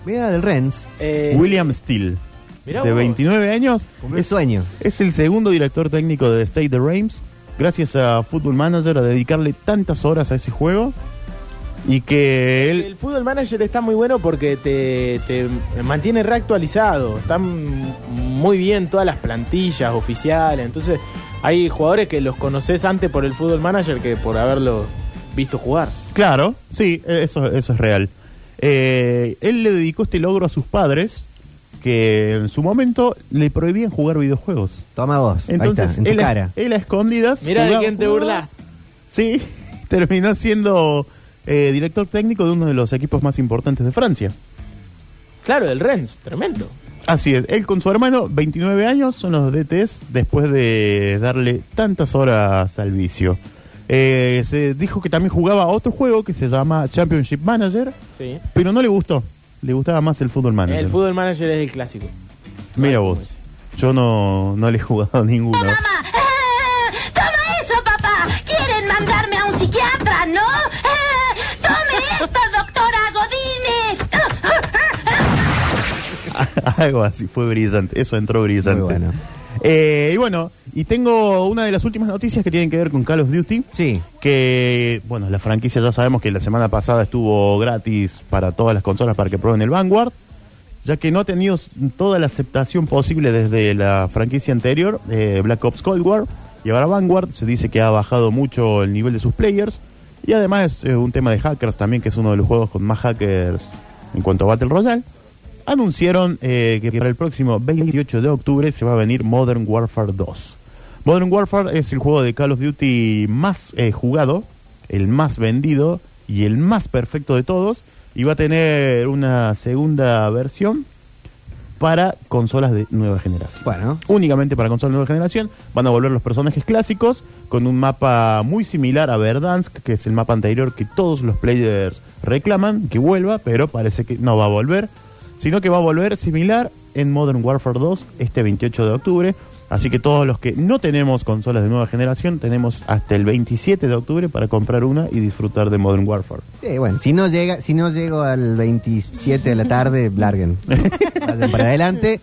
C: Mira, del Rennes.
E: Eh,
D: William Steele,
E: mirá
D: de
E: vos.
D: 29 años,
C: Cumplió el sueño.
D: es el segundo director técnico de State the Reims, gracias a Football Manager a dedicarle tantas horas a ese juego y que
E: El
D: él
E: Football Manager está muy bueno porque te, te mantiene reactualizado. Están muy bien todas las plantillas oficiales. Entonces, hay jugadores que los conoces antes por el Football Manager que por haberlo visto jugar.
D: claro, sí, eh, eso eso es real. Eh, él le dedicó este logro a sus padres que en su momento le prohibían jugar videojuegos.
C: Toma vos. Ahí
D: Entonces
C: está, en tu
D: él, a-
C: cara.
D: él a escondidas.
E: Mira de
D: jugaba-
E: quién te
D: jugaba-
E: burlas.
D: Sí, terminó siendo eh, director técnico de uno de los equipos más importantes de Francia.
E: Claro, el Rennes, tremendo.
D: Así es, él con su hermano, 29 años, son los DTs después de darle tantas horas al vicio. Eh, se dijo que también jugaba otro juego que se llama Championship Manager,
E: Sí.
D: pero no le gustó. Le gustaba más el fútbol manager.
E: El Football Manager es el clásico.
D: Mira vos, yo no, no le he jugado a ninguno.
G: mamá. Ah, Toma eso, papá. Quieren mandarme a un psiquiatra, ¿no? Ah, Tome esto, doctora Godínez. Ah, ah, ah, ah.
D: Algo así, fue brillante. Eso entró brillante.
C: Muy bueno.
D: Eh, y bueno, y tengo una de las últimas noticias que tienen que ver con Call of Duty.
C: Sí.
D: que, bueno, la franquicia ya sabemos que la semana pasada estuvo gratis para todas las consolas para que prueben el Vanguard, ya que no ha tenido s- toda la aceptación posible desde la franquicia anterior, eh, Black Ops Cold War, y ahora Vanguard se dice que ha bajado mucho el nivel de sus players, y además es eh, un tema de hackers también, que es uno de los juegos con más hackers en cuanto a Battle Royale. anunciaron eh, que para el próximo 28 de octubre se va a venir Modern Warfare 2. Modern Warfare es el juego de Call of Duty más eh, jugado, el más vendido y el más perfecto de todos. Y va a tener una segunda versión para consolas de nueva generación.
C: Bueno.
D: Únicamente para consolas de nueva generación van a volver los personajes clásicos con un mapa muy similar a Verdansk, que es el mapa anterior que todos los players reclaman que vuelva, pero parece que no va a volver, sino que va a volver similar en Modern Warfare 2 este 28 de octubre. Así que todos los que no tenemos consolas de nueva generación tenemos hasta el 27 de octubre para comprar una y disfrutar de Modern Warfare.
C: Eh, bueno, si no llega, si no llego al 27 de la tarde, larguen. Vayan para adelante,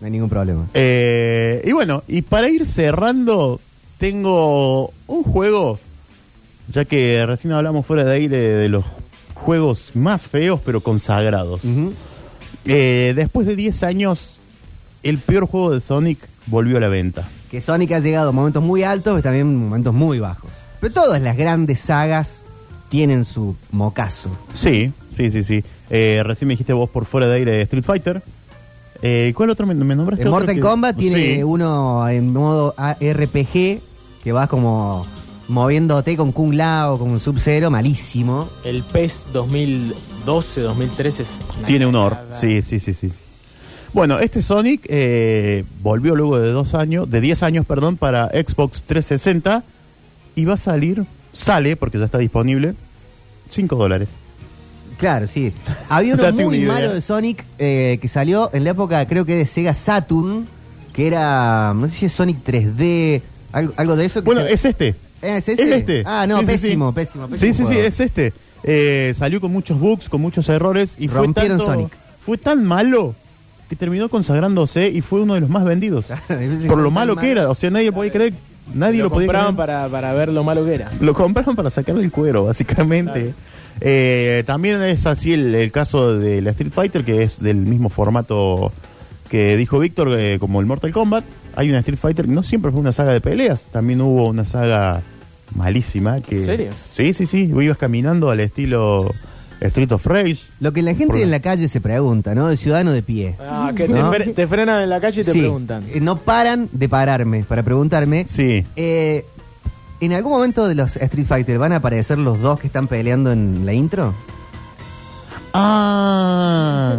C: no hay ningún problema.
D: Eh, y bueno, y para ir cerrando, tengo un juego, ya que recién hablamos fuera de aire de los juegos más feos pero consagrados. Eh, después de 10 años, el peor juego de Sonic volvió a la venta.
C: Que Sonic ha llegado a momentos muy altos, pero también momentos muy bajos. Pero todas las grandes sagas tienen su mocazo.
D: Sí, sí, sí, sí. Eh, recién me dijiste vos por fuera de aire Street Fighter. Eh, ¿Cuál otro me, me nombraste?
C: En
D: otro
C: Mortal
D: que-
C: Kombat tiene
D: Sí.
C: uno en modo A- RPG que vas como moviéndote con Kung Lao, con un Sub-Zero, malísimo.
E: El PES 2012, 2013 es una
D: Tiene un or,
E: cagada.
D: sí, sí, sí, sí. Bueno, este Sonic eh, volvió luego de dos años, de 10 años, perdón, para Xbox 360 y va a salir, sale, porque ya está disponible, 5 dólares.
C: Claro, sí. Había uno
D: No tengo
C: muy
D: ni idea.
C: malo de Sonic eh, que salió en la época, creo que de Sega Saturn, que era, no sé si es Sonic 3D, algo, algo de eso. que
D: Bueno,
C: se-
D: es este.
C: Eh, ¿es ese?
D: este.
C: Ah, no,
D: Sí, sí, sí.
C: pésimo, pésimo, pésimo
D: Sí, sí, sí,
C: juego.
D: es este. Eh, salió con muchos bugs, con muchos errores y
C: Rompieron
D: fue tanto,
C: Sonic.
D: Fue tan malo que terminó consagrándose y fue uno de los más vendidos. por lo malo que era, o sea, nadie podía creer, nadie lo,
E: lo
D: podía creer.
E: compraban para, para ver lo malo que era.
D: Lo compraron para sacarle el cuero, básicamente. Eh, también es así el, el caso de la Street Fighter, que es del mismo formato que dijo Víctor, eh, como el Mortal Kombat. Hay una Street Fighter que no siempre fue una saga de peleas, también hubo una saga malísima. Que,
E: ¿En serio?
D: Sí, sí, sí. Ibas caminando al estilo Street of Rage.
C: Lo que la gente
D: Por-
C: en la calle se pregunta, ¿no? El ciudadano de pie.
E: Ah, que te,
C: ¿No?
E: fre- te frenan en la calle y te
C: Sí.
E: preguntan.
C: Eh, no paran de pararme para preguntarme.
D: Sí.
C: eh, ¿En algún momento de los Street Fighter van a aparecer los dos que están peleando en la intro?
D: Ah,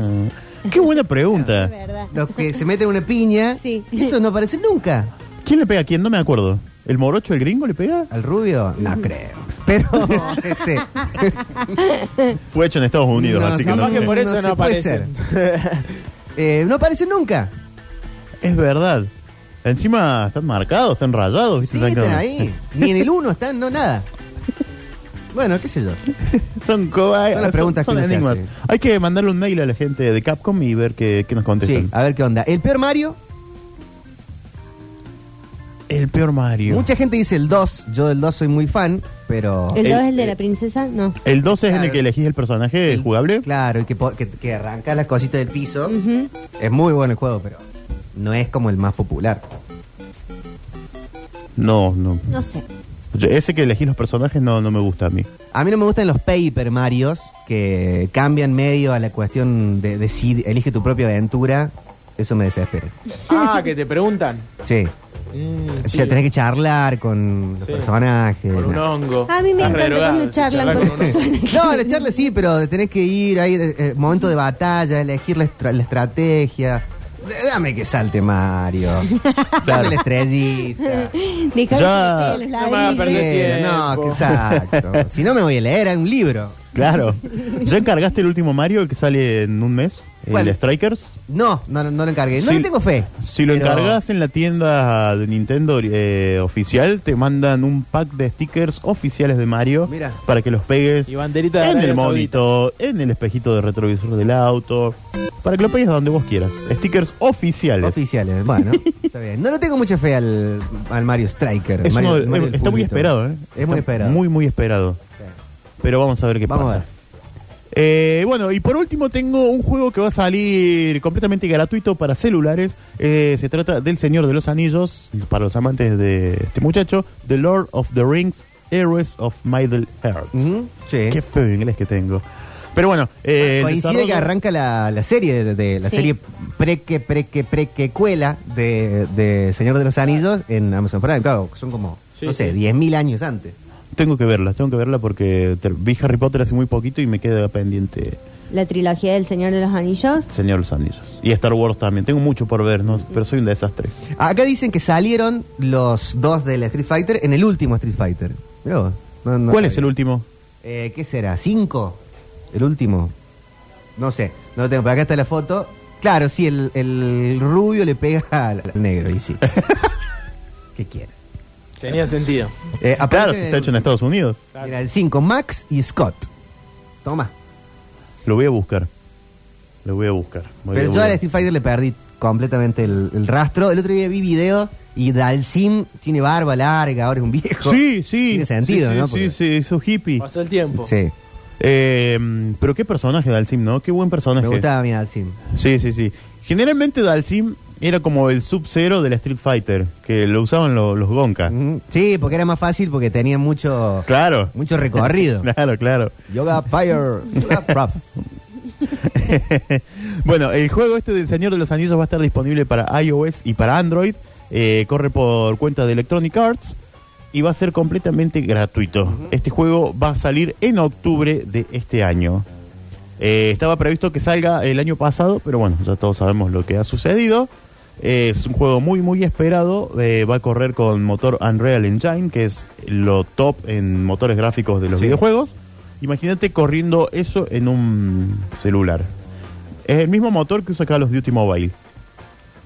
D: qué buena pregunta.
A: verdad.
C: Los que se meten una piña.
A: Sí.
C: Eso no aparece nunca.
D: ¿Quién le pega a quién? No me acuerdo. ¿El morocho, el gringo le pega?
C: ¿Al rubio? No creo. Pero, este,
D: Fue hecho en Estados Unidos,
C: No,
D: así que
E: Capaz
D: no.
E: que por eso
C: no
E: no,
C: se puede
E: aparecen.
C: eh, no aparece nunca.
D: Es verdad. Encima están marcados, están rayados. ¿viste?
C: Sí, están
D: Exactamente.
C: ahí. Ni en el uno están, no nada. Bueno, qué sé yo.
D: Son, cobayas,
C: Son las preguntas que no se
D: enigmas.
C: hacen.
D: Hay que mandarle un mail a la gente de Capcom y ver qué, qué nos
C: Sí,
D: contestan.
C: a ver qué onda. El peor Mario,
D: El peor Mario.
C: mucha gente dice el 2. Yo del 2 soy muy fan, pero.
D: El-
H: ¿El 2 es el de
D: eh,
H: la princesa? No.
D: El 12 es en el
C: Claro.
D: que elegís el personaje
C: el-
D: jugable.
C: Claro, y que, po- que, que arranca las cositas del piso. Es muy bueno el juego, pero no es como el más popular.
D: No, no.
H: No sé.
D: Yo- ese que elegís los personajes no, no me gusta a mí.
C: A mí no me gustan los Paper Marios, que cambian medio a la cuestión de, de si elige tu propia aventura. Eso me desespera.
E: Ah, que te preguntan.
C: Sí.
E: Mm,
C: O
E: sí.
C: sea, tenés que charlar con los
E: Sí.
C: personajes.
E: Con un
C: No.
E: hongo.
H: A mí me
E: Estás
H: encanta
E: redrogado,
H: cuando charlan
E: charlar
H: con
E: un hongo.
H: personas.
C: No, la charla sí, pero tenés que ir ahí, eh, eh, momento de batalla, elegir la, estra- la estrategia. D- Dame que salte Mario. Dame la estrellita.
H: Deja de
D: Ya.
H: los
E: No me
H: ladrillos.
E: hagas perder
C: Eh,
E: Ah, tiempo.
C: no, que exacto. Si no me voy a leer a un libro.
D: Claro. ¿Ya encargaste el último Mario el que sale en un mes? El
C: ¿Cuál?
D: Strikers.
C: No, no, no lo encargué. No
D: Sí.
C: le tengo fe.
D: Si lo
C: Pero-
D: encargas en la tienda de Nintendo eh, oficial, te mandan un pack de stickers oficiales de Mario
C: Mira.
D: para que los pegues
E: Y banderita de
D: en
E: Arabia
D: el
E: Saudita.
D: monito, en el espejito de retrovisor del auto, para que lo pegues donde vos quieras. Stickers oficiales.
C: Oficiales, bueno, está bien. No le tengo mucha fe al, al Mario Striker.
D: Es
C: Mario-
D: uno de-
C: Mario
D: eh,
C: del
D: está muy
C: Pulguito.
D: esperado, ¿eh?
C: Es muy
D: Está
C: esperado.
D: Muy, muy esperado. Pero vamos a ver qué
C: Vamos a
D: pasa.
C: ver.
D: Eh, bueno, y por último tengo un juego que va a salir completamente gratuito para celulares. Eh, se trata del Señor de los Anillos, para los amantes de este muchacho, The Lord of the Rings, Heroes of Middle Earth.
C: Ujú, sí.
D: Qué feo inglés que tengo. Pero bueno, eh, el
C: Coincide
D: desarrollo-
C: que arranca la, la serie, de, de- la
A: Sí.
C: serie preque, preque, prequecuela de, de Señor de los Anillos en Amazon Prime. Claro, son como,
E: Sí,
C: no sé,
E: sí.
C: 10.000 años antes.
D: Tengo que verla, tengo que verla porque te- vi Harry Potter hace muy poquito y me queda pendiente
A: La trilogía del Señor de los Anillos.
D: Señor de los Anillos. Y Star Wars también. Tengo mucho por ver, ¿no? pero soy un desastre.
C: Acá dicen que salieron los dos del Street Fighter en el último Street Fighter. Mirá vos, no- no
D: ¿Cuál
C: sabía.
D: es el último?
C: Eh, ¿Qué será? ¿Cinco? ¿El último? No sé, no lo tengo, pero acá está la foto. Claro, sí, el, el rubio le pega al, al negro, y sí. ¿Qué quiere?
E: Tenía sentido.
C: Eh,
D: Claro,
C: aparece
D: si está hecho en Estados Unidos.
C: Mira, el 5, Max y Scott. Toma.
D: Lo voy a buscar. Lo voy a buscar. Voy
C: Pero yo
D: a- voy
C: al
D: a-
C: Street Fighter le perdí completamente el, el rastro. El otro día vi video y Dalsim tiene barba larga, ahora es un viejo.
D: Sí, sí.
C: Tiene sentido,
D: sí,
C: ¿no?
D: Sí,
C: Porque-
D: sí, eso hippie.
E: Pasó el tiempo.
C: Sí,
D: Eh, pero qué personaje Dalsim, ¿no? Qué buen personaje.
C: me gustaba mi Dalsim.
D: Sí, sí, sí. Generalmente Dalsim era como el sub-zero del Street Fighter, que lo usaban lo- los Gonkas.
C: Ujú. Sí, porque era más fácil porque tenía mucho,
D: Claro.
C: mucho recorrido.
D: Claro, claro.
C: Yoga Fire. Yoga Prop.
D: bueno, el juego este del Señor de los Anillos va a estar disponible para iOS y para Android. Eh, corre por cuenta de Electronic Arts y va a ser completamente gratuito. Este juego va a salir en octubre de este año. Eh, estaba previsto que salga el año pasado, pero bueno, ya todos sabemos lo que ha sucedido. Eh, es un juego muy, muy esperado. Eh, va a correr con motor Unreal Engine, que es lo top en motores gráficos de los videojuegos. Imagínate corriendo eso en un celular. Es el mismo motor que usa Call of Duty Mobile.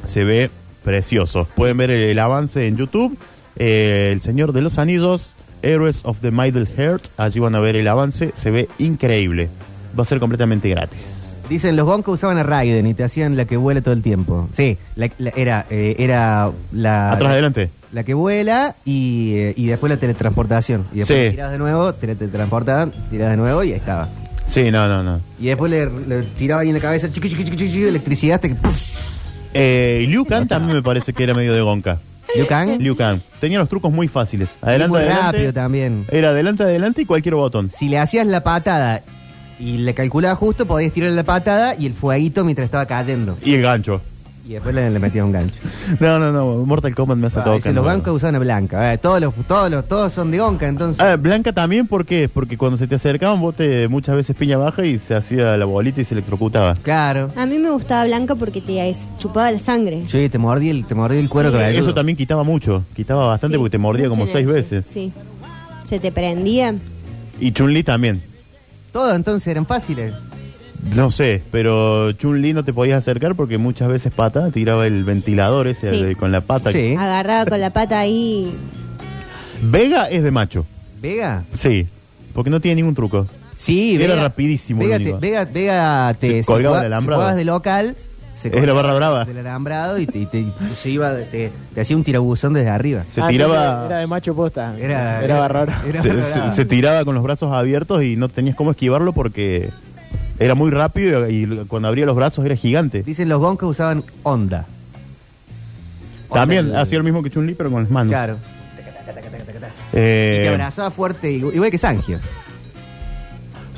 D: Se ve precioso. Pueden ver el, el avance en YouTube. Eh, el Señor de los Anillos, Heroes of the Middle Heart. Allí van a ver el avance. Se ve increíble. Va a ser completamente gratis.
C: Dicen, los Goncos usaban a Raiden y te hacían la que vuela todo el tiempo. Sí, la- la- era, eh, era la...
D: Atrás, adelante.
C: La que vuela y, eh, y después la teletransportación. Y después
D: Sí.
C: tirás de nuevo, te teletransportaban, tirás de nuevo y ahí estaba.
D: Sí, no, no, no.
C: Y después le, le tiraba ahí en la cabeza, chiqui, chiqui, chiqui, chiqui, electricidad hasta que... ¡push!
D: Eh, Liu Kang también me parece que era medio de gonca.
C: Liu Kang.
D: Liu Kang. Tenía los trucos muy fáciles. Adelante,
C: muy
D: adelante.
C: rápido también.
D: Era adelante, adelante y cualquier botón.
C: Si le hacías la patada y le calculabas justo, podías tirarle la patada y el fueguito mientras estaba cayendo.
D: Y el gancho.
C: Y después le, le metías un gancho.
D: No, no, no. Mortal Kombat me ha
C: Ah,
D: sacado
C: dicen, los bancos usaban a Blanca. Eh, todos, los, todos, los, todos son de Gonca, entonces...
D: Ah, Blanca también, ¿por qué? Porque cuando se te acercaban, vos te muchas veces piña baja y se hacía la bolita y se electrocutaba.
C: Claro.
A: A mí me gustaba Blanca porque te es- chupaba la sangre.
C: Sí, te mordí el, te mordí el cuero
A: Sí.
C: cabelludo.
D: Eso también quitaba mucho, quitaba bastante
A: Sí,
D: porque te mordía como
A: mucha
D: seis
A: energía,
D: veces.
A: Sí. Se te prendía.
D: Y Chun-Li también.
C: Todos entonces eran fáciles.
D: No sé, pero Chun-Li no te podías acercar porque muchas veces pata tiraba el ventilador ese
A: Sí.
D: de- con la pata.
C: Sí.
A: Agarraba con la pata ahí.
D: Vega es de macho,
C: Vega.
D: sí, porque no tiene ningún truco.
C: Sí,
D: Era rapidísimo,
C: Vega
D: lo
C: te,
D: único.
C: Vega, Vega te
D: Se colgaba
C: jugaba-
D: el alambrado.
C: si jugabas de local, se
D: Era
C: colgaba
D: barra brava.
C: del alambrado y te, y te- y te- se iba, te, te hacía un tirabuzón desde arriba.
D: Se
E: Ah,
D: tiraba,
E: entonces Era de macho posta.
C: Era,
E: era barra brava.
C: era
D: se-
C: barra
D: se-
C: brava.
D: se tiraba con los brazos abiertos y no tenías cómo esquivarlo porque era muy rápido y y cuando abría los brazos era gigante.
C: Dicen los goncos usaban onda.
D: También
C: Onda, el-
D: hacía lo mismo que Chun-Li, pero con las manos.
C: Claro.
D: Eh,
C: Y te abrazaba fuerte, igu- igual que Sangio.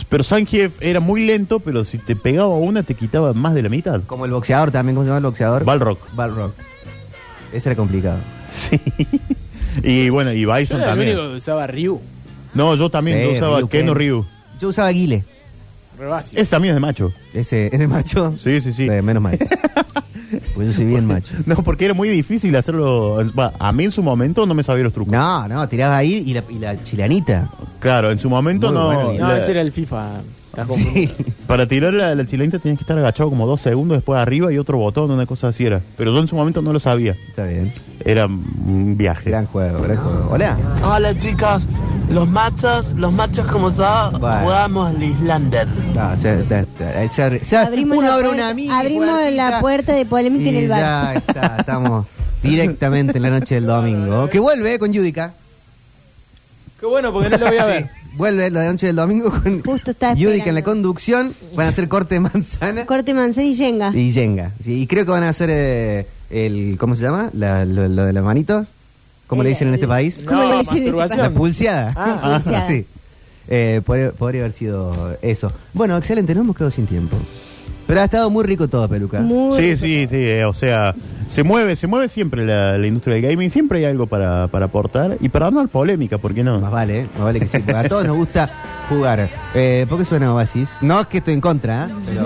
D: pero Sanjeev era muy lento, pero si te pegaba una, te quitaba más de la mitad.
C: Como el boxeador también, ¿cómo se llama el boxeador?
D: Balrock.
C: Balrock. Ese era complicado.
D: Sí. y bueno, y
E: Yo
D: Bison
E: era el
D: también.
E: único que usaba Ryu.
D: No, yo también yo
C: Sí,
D: usaba
C: Ryu
D: Keno
C: Ken.
D: Ryu.
C: Yo usaba Guile.
E: Re básico.
D: Ese también es de macho.
C: Ese es de macho.
D: Sí, sí, sí.
C: Eh, menos mal. pues yo soy bien macho.
D: No, porque era muy difícil hacerlo. Va, a mí en su momento no me sabía los trucos.
C: No, no, tiraba ahí y la, y la chilanita.
D: Claro, en su momento
C: Muy
D: no.
C: bueno,
E: No,
D: la-
E: ese era el FIFA. Estás
C: Sí.
E: confundido.
D: Para tirar la, la chilenita tenías que estar agachado como dos segundos, después arriba y otro botón, una cosa así era. Pero yo en su momento no lo sabía.
C: Está bien.
D: Era un viaje.
C: Gran juego, gran juego. Hola.
H: Hola chicas, los machos, los machos como yo,
C: Bueno.
H: jugamos al Islander.
C: No, ya- ya- ya- ya abre- ya
A: Abrimos
C: uno
A: la
C: abre
A: puerta-
C: una mini
A: abrimos
C: puertita
A: la puerta de polémica en
C: y
A: el bar.
C: Ya está, estamos directamente en la noche del domingo. Que vuelve con Yudica.
E: Qué bueno, porque no lo voy a ver.
C: Vuelve la noche del domingo con
A: Justo estaba
C: Yudica
A: esperando.
C: en la conducción. Van a hacer corte de manzana
A: Corte manzana y yenga.
C: y yenga. Sí, y creo que van a hacer eh, el. ¿Cómo se llama? La- lo, lo de las manitos. ¿Cómo le
A: El-
C: dicen en este país?
A: ¿Cómo
E: No,
A: le dicen?
E: masturbación.
C: La pulseada.
E: Ah,
A: pulseada.
C: sí. Eh, podría, podría haber sido eso. Bueno, excelente, nos hemos quedado sin tiempo. Pero ha estado muy rico todo, Peluca.
A: Muy
D: Sí,
A: rico.
D: sí, sí, eh, o sea, se mueve, se mueve siempre la, la industria del gaming, siempre hay algo para, para aportar y para dar polémica, ¿por qué
C: Más
D: no?
C: vale, ¿eh? más vale que sí. porque a todos nos gusta jugar. Eh, ¿Por qué suena Oasis? No es que estoy en contra, ¿eh? pero...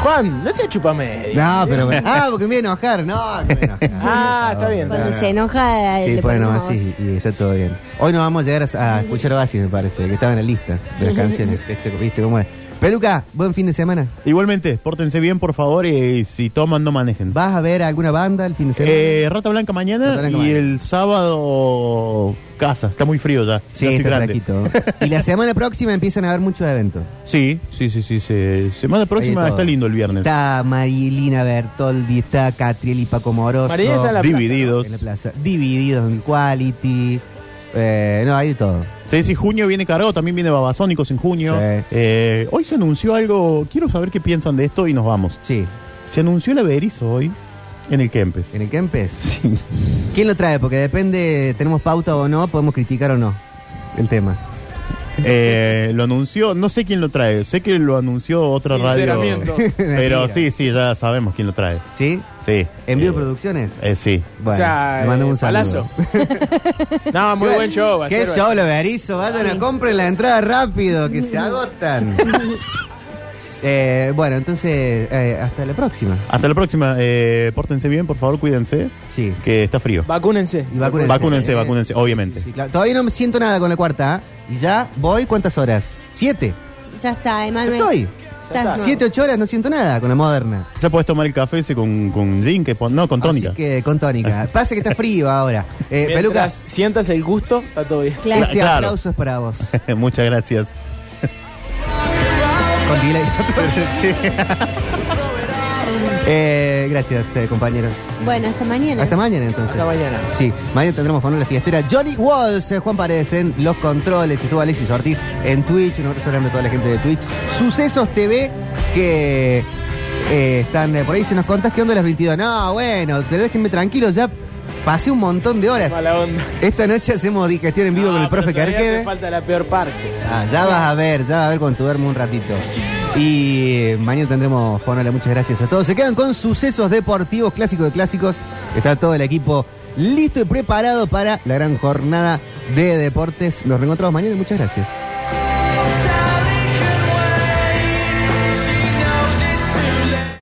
E: Juan, no sea chupame.
C: No, pero... me- Ah, porque me voy a enojar. No, que me voy a enojar.
E: Ah, está bien, está
C: No,
A: Cuando
C: no.
A: se enoja,
C: Sí,
A: le
C: ponen
A: ponemos-
C: Oasis y, y está todo bien. Hoy nos vamos a llegar a, a escuchar Oasis, me parece, que estaba en la lista de las canciones. Este, ¿Viste cómo es? Peluca, buen fin de semana.
D: Igualmente, pórtense bien, por favor, y, y si toman, no manejen.
C: ¿Vas a ver alguna banda el fin de semana?
D: Eh, Rata Blanca mañana
C: Rata Blanca
D: y
C: mañana.
D: el sábado casa, está muy frío ya.
C: sí,
D: ya estoy
C: está
D: grande.
C: flaquito. Y la semana próxima empiezan a haber muchos eventos.
D: Sí, sí, sí, sí, se- semana próxima
C: Ahí todo.
D: está lindo el viernes.
C: Está Marilina Bertoldi, está Catriel y Paco Moroso.
E: Marilina está en la plaza,
D: Divididos.
C: en la plaza. Divididos en Quality. Eh, no, hay de todo.
D: Sí, sí, junio viene cargado, también viene Babasónicos en junio.
C: Sí.
D: Eh, hoy se anunció algo, quiero saber qué piensan de esto y nos vamos.
C: Sí.
D: Se anunció la Berizo hoy en el Kempes.
C: ¿En el Kempes? Sí. ¿Quién lo trae? Porque depende, tenemos pauta o no, podemos criticar o no el tema.
D: Eh, lo anunció, no sé quién lo trae, sé que lo anunció otra radio.
E: Sinceramiento.
D: Pero
C: Mentira.
D: sí, sí, ya sabemos quién lo trae.
C: ¿Sí?
D: Sí.
C: ¿Envío
D: Eh,
C: Producciones?
D: eh, sí.
C: Bueno,
E: o sea,
C: le mandamos un
E: eh,
C: saludo.
E: palazo. no, muy buen show.
C: ¿Qué
E: acero,
C: show lo verizo? Vayan a compren la entrada rápido, que se agotan. Eh, bueno, entonces, eh, hasta la próxima.
D: Hasta la próxima. Eh, pórtense bien, por favor, cuídense,
C: Sí.
D: que está frío.
E: Vacúnense.
C: Y vacúnense.
D: Vacúnense,
C: Eh,
D: vacúnense, obviamente.
C: sí, claro. Todavía no me siento nada con la cuarta. ¿ah? Y ya voy, ¿cuántas horas? Siete.
A: Ya está, Emanuel.
C: Estoy.
A: Estás-
C: Siete, ocho horas, no siento nada con la moderna.
D: Ya puedes tomar el café ese con, con gin, que pon- no, con tónica.
C: Así que con tónica. Pasa que está frío ahora. Eh, Peluca,
E: Mientras sientas el gusto, está todo bien.
A: Claro.
C: este
D: Claro.
C: aplauso es para vos.
D: Muchas gracias.
C: Con delay. Eh, gracias, eh, compañeros.
A: Bueno, hasta mañana.
C: Hasta mañana, entonces.
E: Hasta mañana.
C: Sí, mañana tendremos con la fiestera Johnny Walls, eh, Juan Paredes en Los Controles, estuvo Alexis Ortiz en Twitch, un abrazo grande a toda la gente de Twitch. Sucesos TV que eh, están eh, por ahí, si nos contás qué onda a las 22. No, bueno, pero déjenme tranquilo, ya pasé un montón de horas.
E: Mala onda.
C: Esta noche hacemos digestión en vivo
E: No,
C: con el
E: Ah, pero
C: profe
E: todavía
C: Carqueve.
E: te falta la peor parte.
C: Ah, ya vas a ver, ya vas a ver cuando duermo un ratito. Y eh, mañana tendremos Fonola, muchas gracias a todos. Se quedan con sucesos deportivos, clásicos de clásicos. Está todo el equipo listo y preparado para la gran jornada de deportes. Nos reencontramos mañana y muchas gracias.